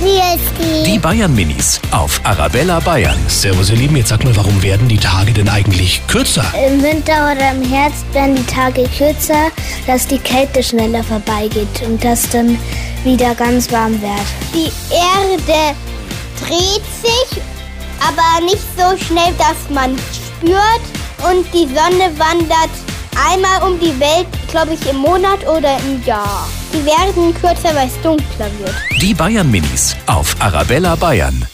Christi. Die Bayern Minis auf Arabella Bayern. Servus ihr Lieben, jetzt sag mal, warum werden die Tage denn eigentlich kürzer? Im Winter oder im Herbst werden die Tage kürzer, dass die Kälte schneller vorbeigeht und dass dann wieder ganz warm wird. Die Erde dreht sich, aber nicht so schnell, dass man spürt. Und die Sonne wandert einmal um die Welt, glaube ich, im Monat oder im Jahr. Die werden kürzer, weil es dunkler wird. Die Bayern Minis auf Arabella Bayern.